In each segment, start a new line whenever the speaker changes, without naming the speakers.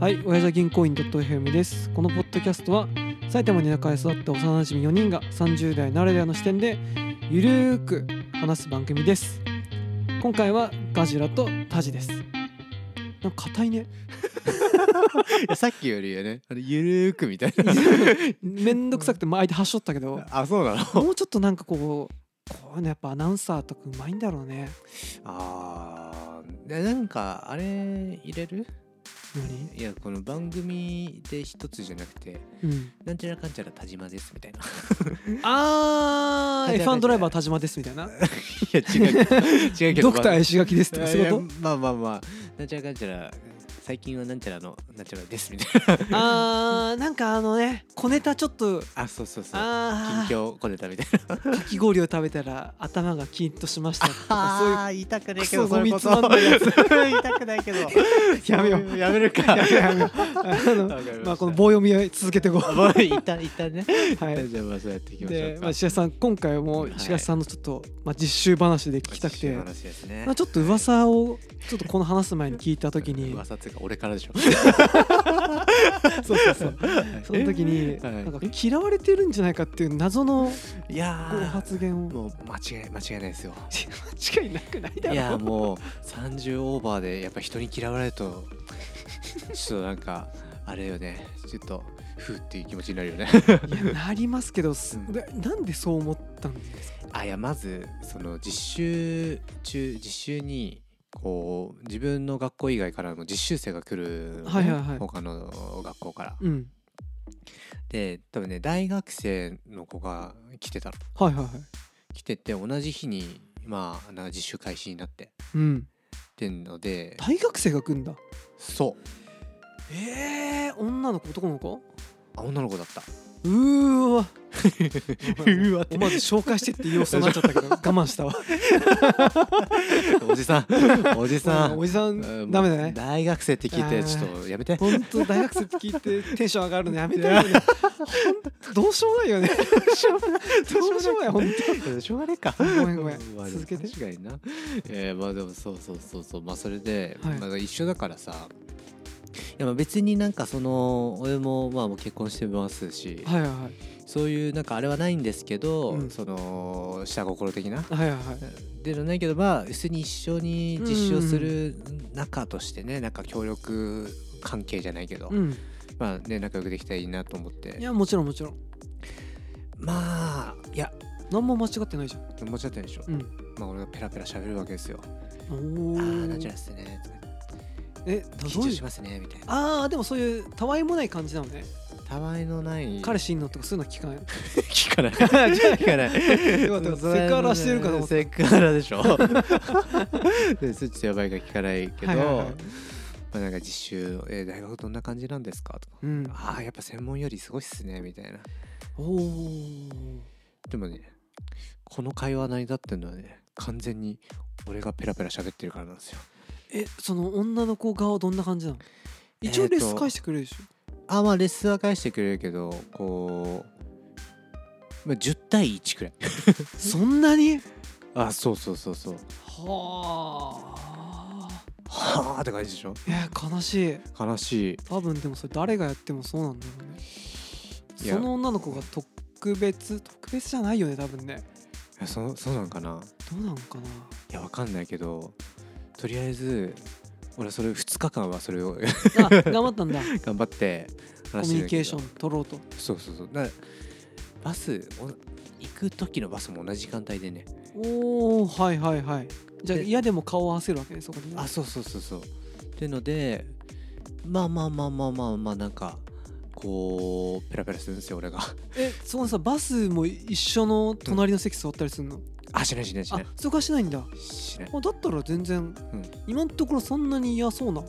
はい、親父銀行員 .fm です。このポッドキャストは埼玉に田舎へ育った幼馴染4人が30代ならではの視点でゆるーく話す番組です。今回はガジラとタジです。なんか硬いね。
いやさっきよりねあのゆるーくみたいな
めんどくさくてまあ相手はしょったけど、
あそうなの
もうちょっとなんかこう、こういうのやっぱアナウンサーとかうまいんだろうね。
あーでなんかあれ入れる
何
いやこの番組で一つじゃなくて
うん。
なんちゃらかんちゃら田島ですみたいな
あー、
タジラ
F1 ドライバー田島ですみたいな。
いや違う違うけど
ドクター石垣ですとかそういうこ
いやまあまあまあなんちゃらかんちゃら最近はなんちゃらのなんちゃらですみたい
とあー、なんかあのね、小ネタちょっと、
なあそうそうそう近
あー、
況こねたみたい
かき氷を食べたら頭がキーンとしましたとか
な
そういう
あー言いたくね
ク
えけ
ソ
ど
ゴ
そうい
ミ
うこ
つ
と
まんないやつ
言いたくないけど
やめよう
うやめるか
やめようやめようあの
わかりし た
まあこの棒読みを続けていこ う
もういたいたね。
は
はい、
い
じゃあまあそうやっていきましょう
で、
か。
まあ、石橋さん今回も石橋さんのちょっと、まあ、実習話で聞きたく
一緒
て
の、話ですね。
まあ、ちょっと噂をちょっとこの話す前に聞いた時 に
噂っていうか俺からでしょ。
そうそうそう その時に
えはい
なんか嫌われてるんじゃないかっていう謎の
いや
ご
ー
発言を
もう間違い間違いないですよ。
間違いなくないだ
いや
ろ
もう三十オーバーでやっぱ人に嫌われるとちょっとなんかあれよね。ちょっとふうっていう気持ちになるよ ね。
いやなりますけど、す
うん
ななんでそう思ったんですか
あいやまずその実習中実習にこう自分の学校以外からも実習生が来るのね、
はいはいはい
他の学校から。
うん
で多分ね大学生の子が来てたの
はいはいはい
来てて同じ日にまあなんか実習開始になってっ
うん
てんので
大学生が来んだ
そう
ええ女の子男の子
あ女の子 だった
うーわ
うわって
思わず紹介してって言おうとなっちゃった けど我慢したわ
おじさん おじさ
うん
ん
おじさん
うん
ダメだね
大学生って聞い
あー
てちょっとやめて
本当大学生って聞いてテンション上がるのやめ てよねほんとどうしようもないよねどうしようもない本
しょうがねえか
ごめんごめん
まあ
続けて
確かになえーまあでもそうそうそうそうまあそれで、
はい
まあ、一緒だからさいやまあ別になんかその俺もまあもう結婚してますし、
当はいはいはい
そういうなんかあれはないんですけど、
うん
その下心的な
はいはいはい
ではないけどまあ普通に一緒に実証する仲としてね、なんか協力関係じゃないけど、
うん
まあね仲良くできたらいいなと思って
いやもちろんもちろん
まあいや
何も間違ってないじゃん
もうちょっとでしょ、
うん
まあ俺がペラペラ喋るわけですよ
お
ああ
ー
なんちゃらっすね
え
緊
どう
張
い
し
う
ますねみたいな
ああでもそういうたわいもない感じなのね
たわいのない
彼氏いんのとかそういうのは聞かない
聞かない聞か ない
よかったよかったセクハラしてるかと思っ
セクハラ でしょでそっちやばいから聞かないけ
は
ど、
いはいはい
まあ、なんか実習、えー大学どんな感じなんですかとか、
うん
ああやっぱ専門よりすごいっすねみたいな
おお
でもねこの会話成り立ってるのはね完全に俺がペラペラ喋ってるからなんですよ
えその女の子側はどんな感じなの一応
えーと
レス返してくれるでしょ、
あーまあレッスンは返してくれるけどこう、まあ、10対1くらい
そんなに
あそうそうそうそう
はあ
はあって感じでしょ
えー悲しい
悲しい
多分でもそれ誰がやってもそうなんだろうね
いや
その女の子が特別特別じゃないよね多分ね
えそそうなんかな
どうなんか ない
やわかんないけどとりあえず俺はそれ2日間はそれを
あ頑張ったんだ
頑張って
コミ
話し
ュニ
てるんだけど
ケーション取ろうと
そうそうそうだバスお行く時のバスも同じ時間帯でね
おおはいはいはいじゃあ
で
嫌でも顔を合わせるわけねそこにね
あそうそうそうそうっていうのでまあまあまあまあまあまあなんかこうペラペラするんですよ俺が
えそこのさバスも一緒の隣の席座ったりするの、
あしないしないしな
あ
い
そこはしないんだ
しない
あだったら全然、
ん
今のところそんなに嫌そうな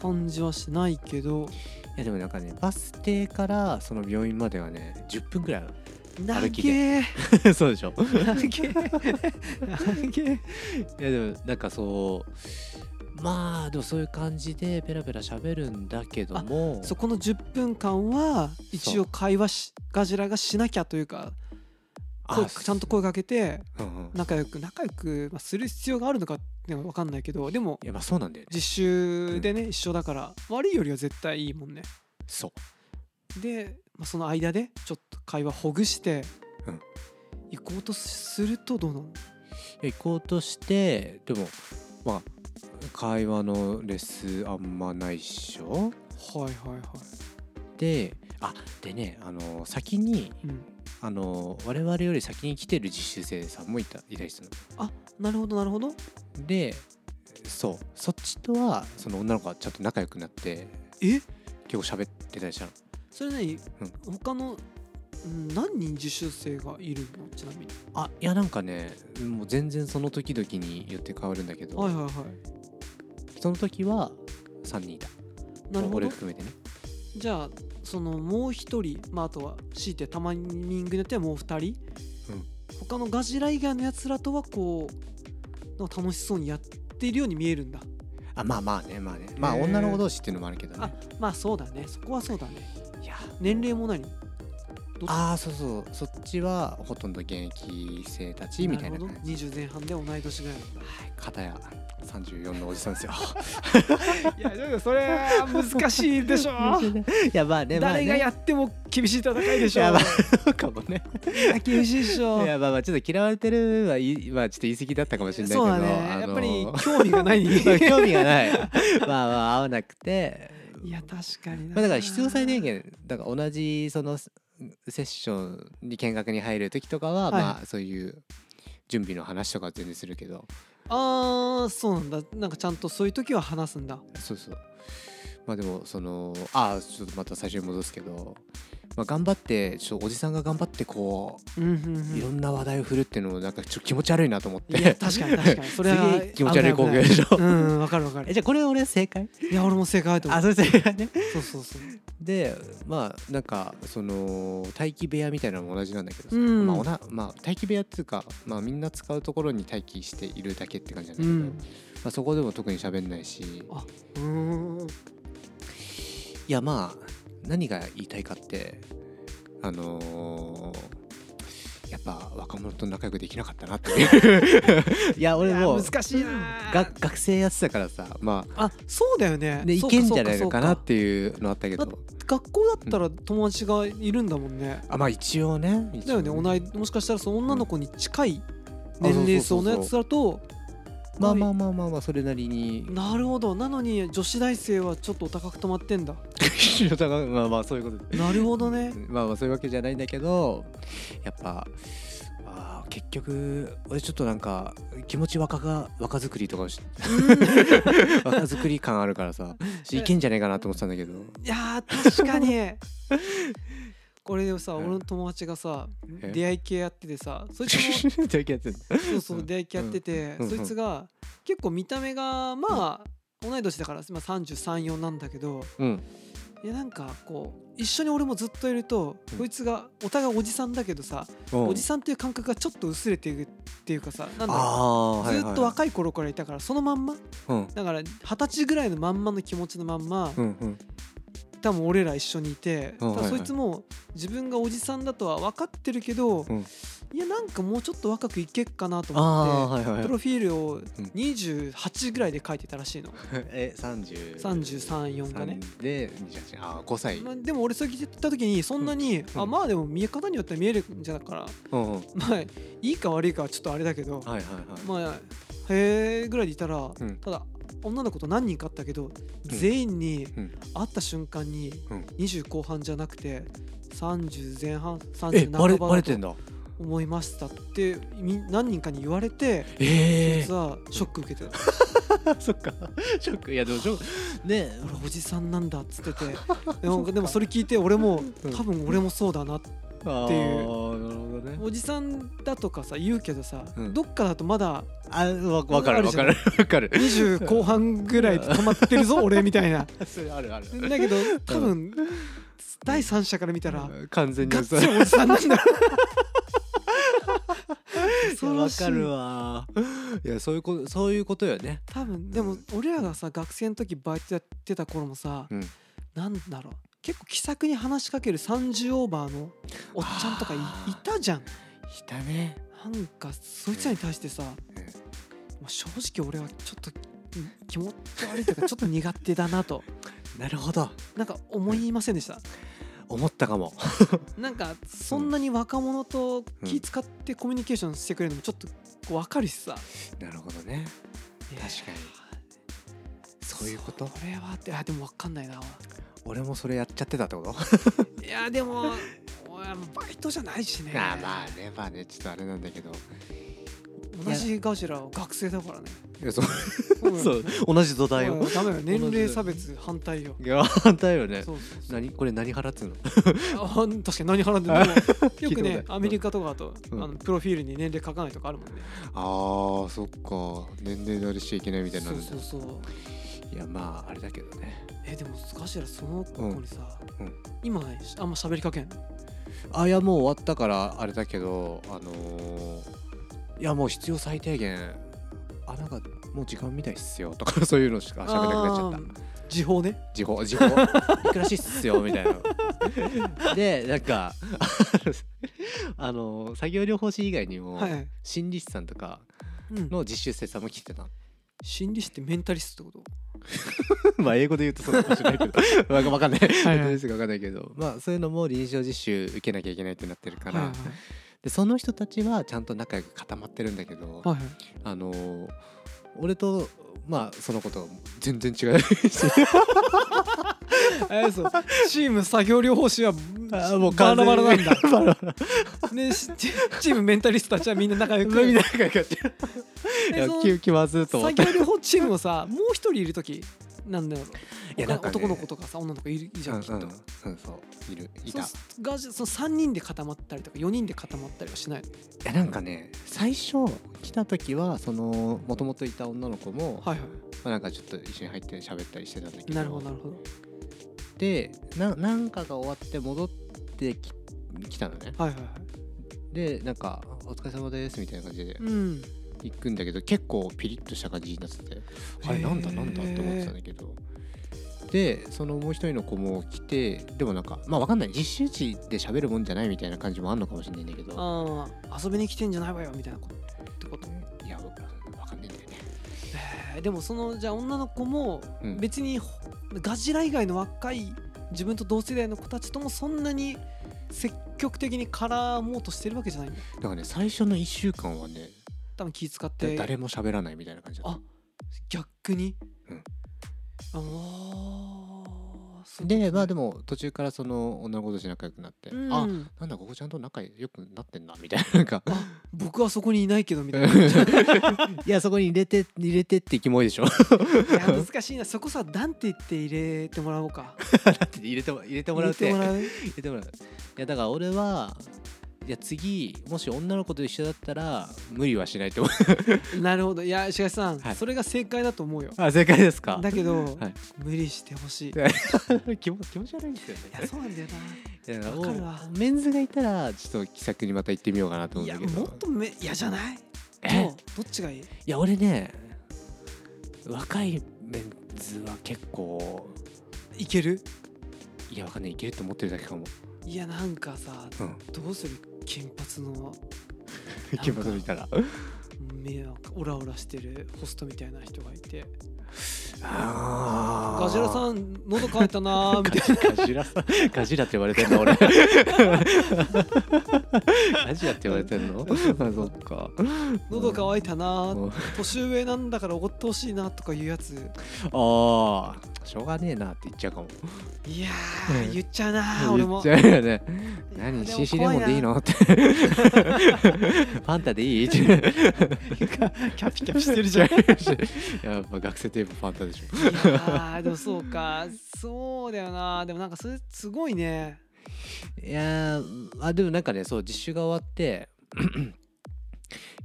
感じはしないけど
いやでもなんかねバス停からその病院まではね10分くらいあ
な
歩き
げー
るそうでしょ
なげーなげー
いやでもなんかそうまあでもそういう感じでペラペラ喋るんだけども
そこの10分間は一応会話しガジラがしなきゃというか声
あ
ちゃんと声かけて
うんうん
仲良く仲良くまあする必要があるのかって分かんないけどでも
いやまあそうなんだよね
実習でね一緒だから悪いよりは絶対いいもんね
そう
で、まあ、その間でちょっと会話ほぐして
うん
行こうとするとどうなの
いや行こうとしてでもまあ会話のレスあんまないっしょ
はいはいはい
であでねあの先に
うん
あの我々より先に来てる実習生さんもいたいたりする
あなるほどなるほど
のでそうそっちとはその女の子はちゃんと仲良くなって
え
結構喋ってたりしたの
それ何、他のうん何人実習生がいるのちなみに
あいやなんかねもう全然その時々によって変わるんだけど、
はいはいはい
その時は3人いた
なるほ
俺
ど
含めてね
じゃあそのもう一人、まあ、あとは強いてたまミングによってはもう二人、
うん
他のガジラ以外のやつらとはこうなんか楽しそうにやっているように見えるんだ
あまあまあねまあねまあ
へー
女の子同士っていうのもあるけど
あ
ね
まあそうだねそこはそうだね
いや
年齢も何
ああそうそうそっちはほとんど現役生たちみたいな
るほ
感
ど
じ
20前半で同い年ぐらいなんだ
はい片や34のおじさんですよ
いやでもそれは難しいでしょ
いやまあねまあね
誰がやっても厳しい戦いでしょ
いやまあ そうかもね
厳しいでし
い
ょ
やまあまあちょっと嫌われてるはいまあちょっと言い過ぎだったかもしれないけど
そうだね
あの
やっぱり興味がない
まあ
い
興味がないまあまあ合わなくて
や確かにな
まあ、だから必要最低限だから同じそのセッションに見学に入る時とか
は
は、
い
まあそういう準備の話とかは全然するけど
ああそうなんだなんかちゃんとそういう時は話すんだ
そうそうまあでもそのああちょっとまた最初に戻すけど、まあ、頑張ってちょっとおじさんが頑張ってこ
うんうんう
ういろ
ん
んな話題を振るっていうのもなんかちょっと気持ち悪いなと思って
いや確かに確かにそれは
すげえ気持ち悪い光景でしょ
危ない危ないうんうんわかるわかる
えじゃあこれ俺正解
いや俺も正解だと思
あそれ正解ね
うそうそうそう
でまあなんかその待機部屋みたいなのも同じなんだけどさ、
うん
まあおなまあ、待機部屋っていうか、まあ、みんな使うところに待機しているだけって感じなんだ
う
けど、
ん
まあ、そこでも特に喋んないし
あうーん
いやまあ何が言いたいかってあのーやっぱ若者と仲良くできなかったなっていう いや俺も
いうや難しいな
が学生やってたからさま
あそうだよね
あでい
そう
けんじゃない
そ
の
う
かなっていうのあったけ
だ
ど
そうか学校だったら友達がいるんだもんね
あまあ一応ね一
だよ
応
ね同いもしかしたらその女の子に近い
うんあ
年齢層のやつだと
まあまあまあまあまあそれなり に
なるほどなのに女子大生はちょっとお高く止まってんだ
まあまあそういうことで
なるほど ね
まあまあそういうわけじゃないんだけどやっぱあー結局俺ちょっとなんか気持ち若が若作り とかをし若作り感あるからさ
え
いけんじゃないかなと思ってたんだけど
いやー確か にこれでもさ
うん
俺の友達がさ
え
出会い系やっててさそいつ
どういうやつ
もそうそううん出会い系やってて
うん
そいつが結構見た目がまあ同い年だから、まあ、334なんだけど
うん
いやなんかこう一緒に俺もずっといると、
うん
こいつがお互いおじさんだけどさ、おじ
さ
さんっていう感覚がちょっと薄れていくっていうかさなんだろう
ああ
ずっと若い頃からいたからそのまんま
うん
だから二十歳ぐらいのまんまの気持ちのまんま、
うんうん
多分俺ら一緒にいて、
うん
多
はい
分
は
そ
い
いつも自分がおじさんだとは分かってるけど、
うん
いやなんかもうちょっと若くいけっかなと
あ
思
あ
って、
はいはい
プロフィールを
うん
28ぐらいで書いてたらしいの、
え三十
334かね。
で28ああ5歳
まあ、でも俺それ聞いた時にそんなに、
うん
あまあでも見え方によっては見えるんじゃないから
うんうんはい
まあいいか悪いかはちょっとあれだけど、
はいはい
まあへえぐらいでいたら、
ん
ただ女の子と何人かあったけど、全員に
うん
会った瞬間に
うん
20後半じゃなくて30前半
え
30
バレ
半ば
バレ
だ
てん
と
だ
思いましたってみ何人かに言われて
ええ
実はショック受けてた
そっかショックいやでもショックね
俺おじさんなんだっつって てでもでもそれ聞いて俺も
うん
多分俺もそうだな
あ
っていう
ーなるほどね
おじさんだとかさ言うけどさ、
うん
どっかだとまだ
あわわか
あ
る
る
わ
じゃ
か
ん
る わかる
20後半ぐらいで止まってるぞ俺みたいな
それあるある
だけど多分第三者から見たら
完全に
ガッ
嘘
ツリおじさんなんだ恐
いや
ろ
わ
し
かる
い
わいやそういうことそういうことよね
多分でも俺らがさ学生の時バイトやってた頃もさ、
うん
なんだろう結構気さくに話しかける30オーバーのおっちゃんとかい
あー
いたじゃん
いたね
なんかそいつらに対してさ、
うん
まあ正直俺はちょっとうん気持ち悪いというかちょっと苦手だなと
なるほど
なんか思いませんでした
思ったかも
なんかそんなに若者と気使ってコミュニケーションしてくれるのもちょっとこう分かるしさ
なるほどね
確
かにそういうこと
これはってあでも分かんないな
俺もそれやっちゃってた ってこと
いやでも俺はもうバイトじゃないしね
ああまあねまあねちょっとあれなんだけど
同じガジラは学生だからね
いやそう
そう
そ
ん
う同じ土台
う
を
んダメよ年齢差別反対よ
いや反対よね
そうそうそう
何これ何払ってんの
あほん確かに何払って んのよく
聞いた
ね
ことない
アメリカとかだと、
うん
あのプロフィールに年齢書かないとかあるもんね
あーそっか年齢であれしちゃいけないみたいにな
そ
る
うん
だ
そうそう
いやまああれだけどね
えでもガジラその子にさ、
うんうん
今あんま喋りかけんの
あいやもう終わったからあれだけどあのーいやもう必要最低限あなんかもう時間みたいっすよとか そういうのしか喋れなくなっちゃっ
た
た
時報ね
時報 時報いくらしいっすよみたいなでなんかあのー作業療法士以外にも、
はい、
心理師さんとか
うん、
の実習生さんも来てた
心理師ってメンタリストってこ
まあ英語で言うとそうかもしれない けどわかわかんない
はい
どうですかわかんないけどまあそういうのも臨床実習受けなきゃいけないってなってる
と
から、
はい
でその人たちはちゃんと仲良く固まってるんだけど、
はいはいはい
あのー俺とまあそのことは全 然違う
えーそうチーム作業療法士は
あ
バ ラバラなんだ
バラバラ
ねしチチームメンタリストたちはみんな仲良く
みんな 仲良くやってるい
え
や
その
気気まずいと思
作
っ
業
て
療法チームもさもう一人いる時なんだろう
いやなんかね
男の子とかさ女の子いるいるじゃん、きっと、
うんうんうんそういるい
そ
た
う
い
すガジその3人で固まったりとか4人で固まったりはしないの
やなんかね最初来た時はそのもともといた女の子も、
はいは
まあ、なんかちょっと一緒に入って喋ったりしてたんだけ
い
ど
なるほどなるほど
でななんかが終わって戻ってき来たのね
はいはいはい
でなんか「お疲れ様です」みたいな感じで
うん
行くんだけど結構ピリッとした感じになっててあれ
へー
なんだなんだって思ってたんだけどでそのもう一人の子も来てでもなんかまあわかんない実習地で喋るもんじゃないみたいな感じもあんのかもしれないんだけど
ああ遊びに来てんじゃないわよみたいなことってこと
いやわかんねえんだよね
へーでもそのじゃあ女の子も
うん
別に、ほガジラ以外の若い自分と同世代の子たちともそんなに積極的に絡もうとしてるわけじゃないんだ
だからね最初の1週間はね
多分気使って
誰も喋らないみたいな感じだった
あ逆に、
うん
ああそういうことね
でまあでも途中からその女の子として仲良くなって、
うん、
あなんだここちゃんと仲良くなってんなみたいななんか
あ僕はそこにいないけど みたいな
いやそこに入れて入れてってキモいでしょ だ
いや難しいなそこさダンテって入れてもらおうか
って入れて も入れてもらうって
入
入
れ
れ
てもらう
てもらういやだから俺はいや次もし女の子と一緒だったら無理はしないと思う
なるほどいや石橋さん、
はい
それが正解だと思うよ
あ正解ですか
だけど、
はい
無理してほしいい
気持気持ち悪いんですよ
やそうなんだよ
ねいや
わかるわ
おメンズがいたらちょっと気さくにまた行ってみようかなと
な
思
い
うんだ
や
けど
もっとめ嫌じゃない
え
どうどっちがいい
いや俺ね若いメンズは結構
いける
いやわかんないいけると思ってるだけかも
いやなんかさ、
うん
どうする金髪の
気持ち見たら
目をオラオラしてるホストみたいな人がいて「
あー
ガジラさん喉乾いたな」みたいな
ガジラさんガジラって言われてんの俺ガジラって言われてん のあそっか
「喉乾いたな」
うん
年上なんだからおごってほしいなとかいうやつ
ああしょうがねえなって言っちゃうかも
いや
うん
ー言っちゃうなー俺も
言っちゃうよね
いや
何
でも
CC レモンでいいのっ てファンタでいいって
キャピキャピしてるじゃんい
やっぱ学生といえばファンタでしょ
やーでもそうかそうだよなでもなんかそれすごいね
いやーあでもなんかねそう実習が終わって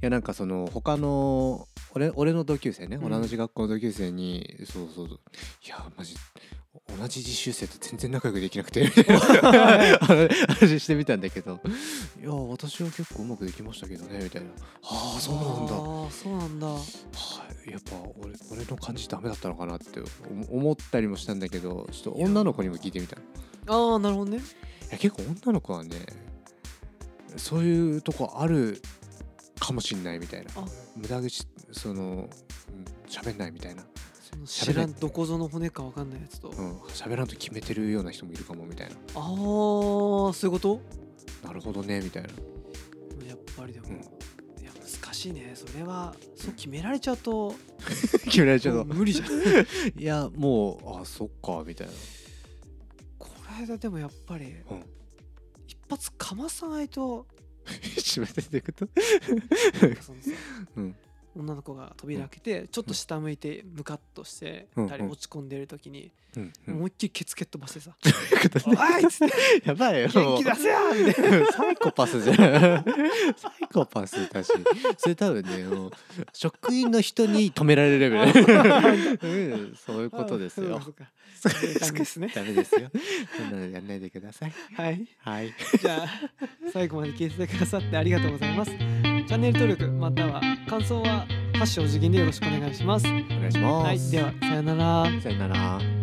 いやなんかその他の俺俺の同級生ね、
うん
同じ学校の同級生にそうそうそういやマジ同じ実習生と全然仲良くできなくてみたいな話してみたんだけどいや私は結構うまくできましたけどねみたいなああそうなんだ
あ
は
ーそうなんだ
いやっぱ俺俺の感じダメだったのかなって思思ったりもしたんだけどちょっと女の子にも聞いてみた
ああなるほどね
いや結構女の子はねそういうとこあるかもしんないみたいな
あ
無駄口そのうん喋んないみたいな
その
喋
知ら
れ
んどこぞの骨かわかんないやつと、
う
あ
ん喋らんと決めてるような人もいるかもみたいな
あーそういうこと
なるほどねみ たいな
やっぱりでも、
うん
いや難しいねそれはそう決められちゃうと
決められちゃう
も
と
う無理じゃん
いやもうあそっかみたいな
この間でもやっぱり
うん
一発かまさないと
締めてってこと
なんかそのさ
うん
女の子が扉開けてちょっと下向いてムカッとして
うん
誰落ち込んでる時に
うん うん
思いっきりケツ蹴っ飛ばしてさ
というこ
「
と
お
で
い!」っつって
やばいよ
「元気出せよ!」みたいな
サイコパスじゃんサイコパスだしそれ多分ねもう職員の人に止められるレベル、うん、そういうことです よ
そうか
そう
そうかダメですね
ダメですよそんなのやんないでください
はい
はい
じゃあ最後まで聞いてくださってありがとうございますチャンネル登録または感想は「ハッシュお辞儀」でよろしくお願いします
お願いします、
はいではさようなら
さよなら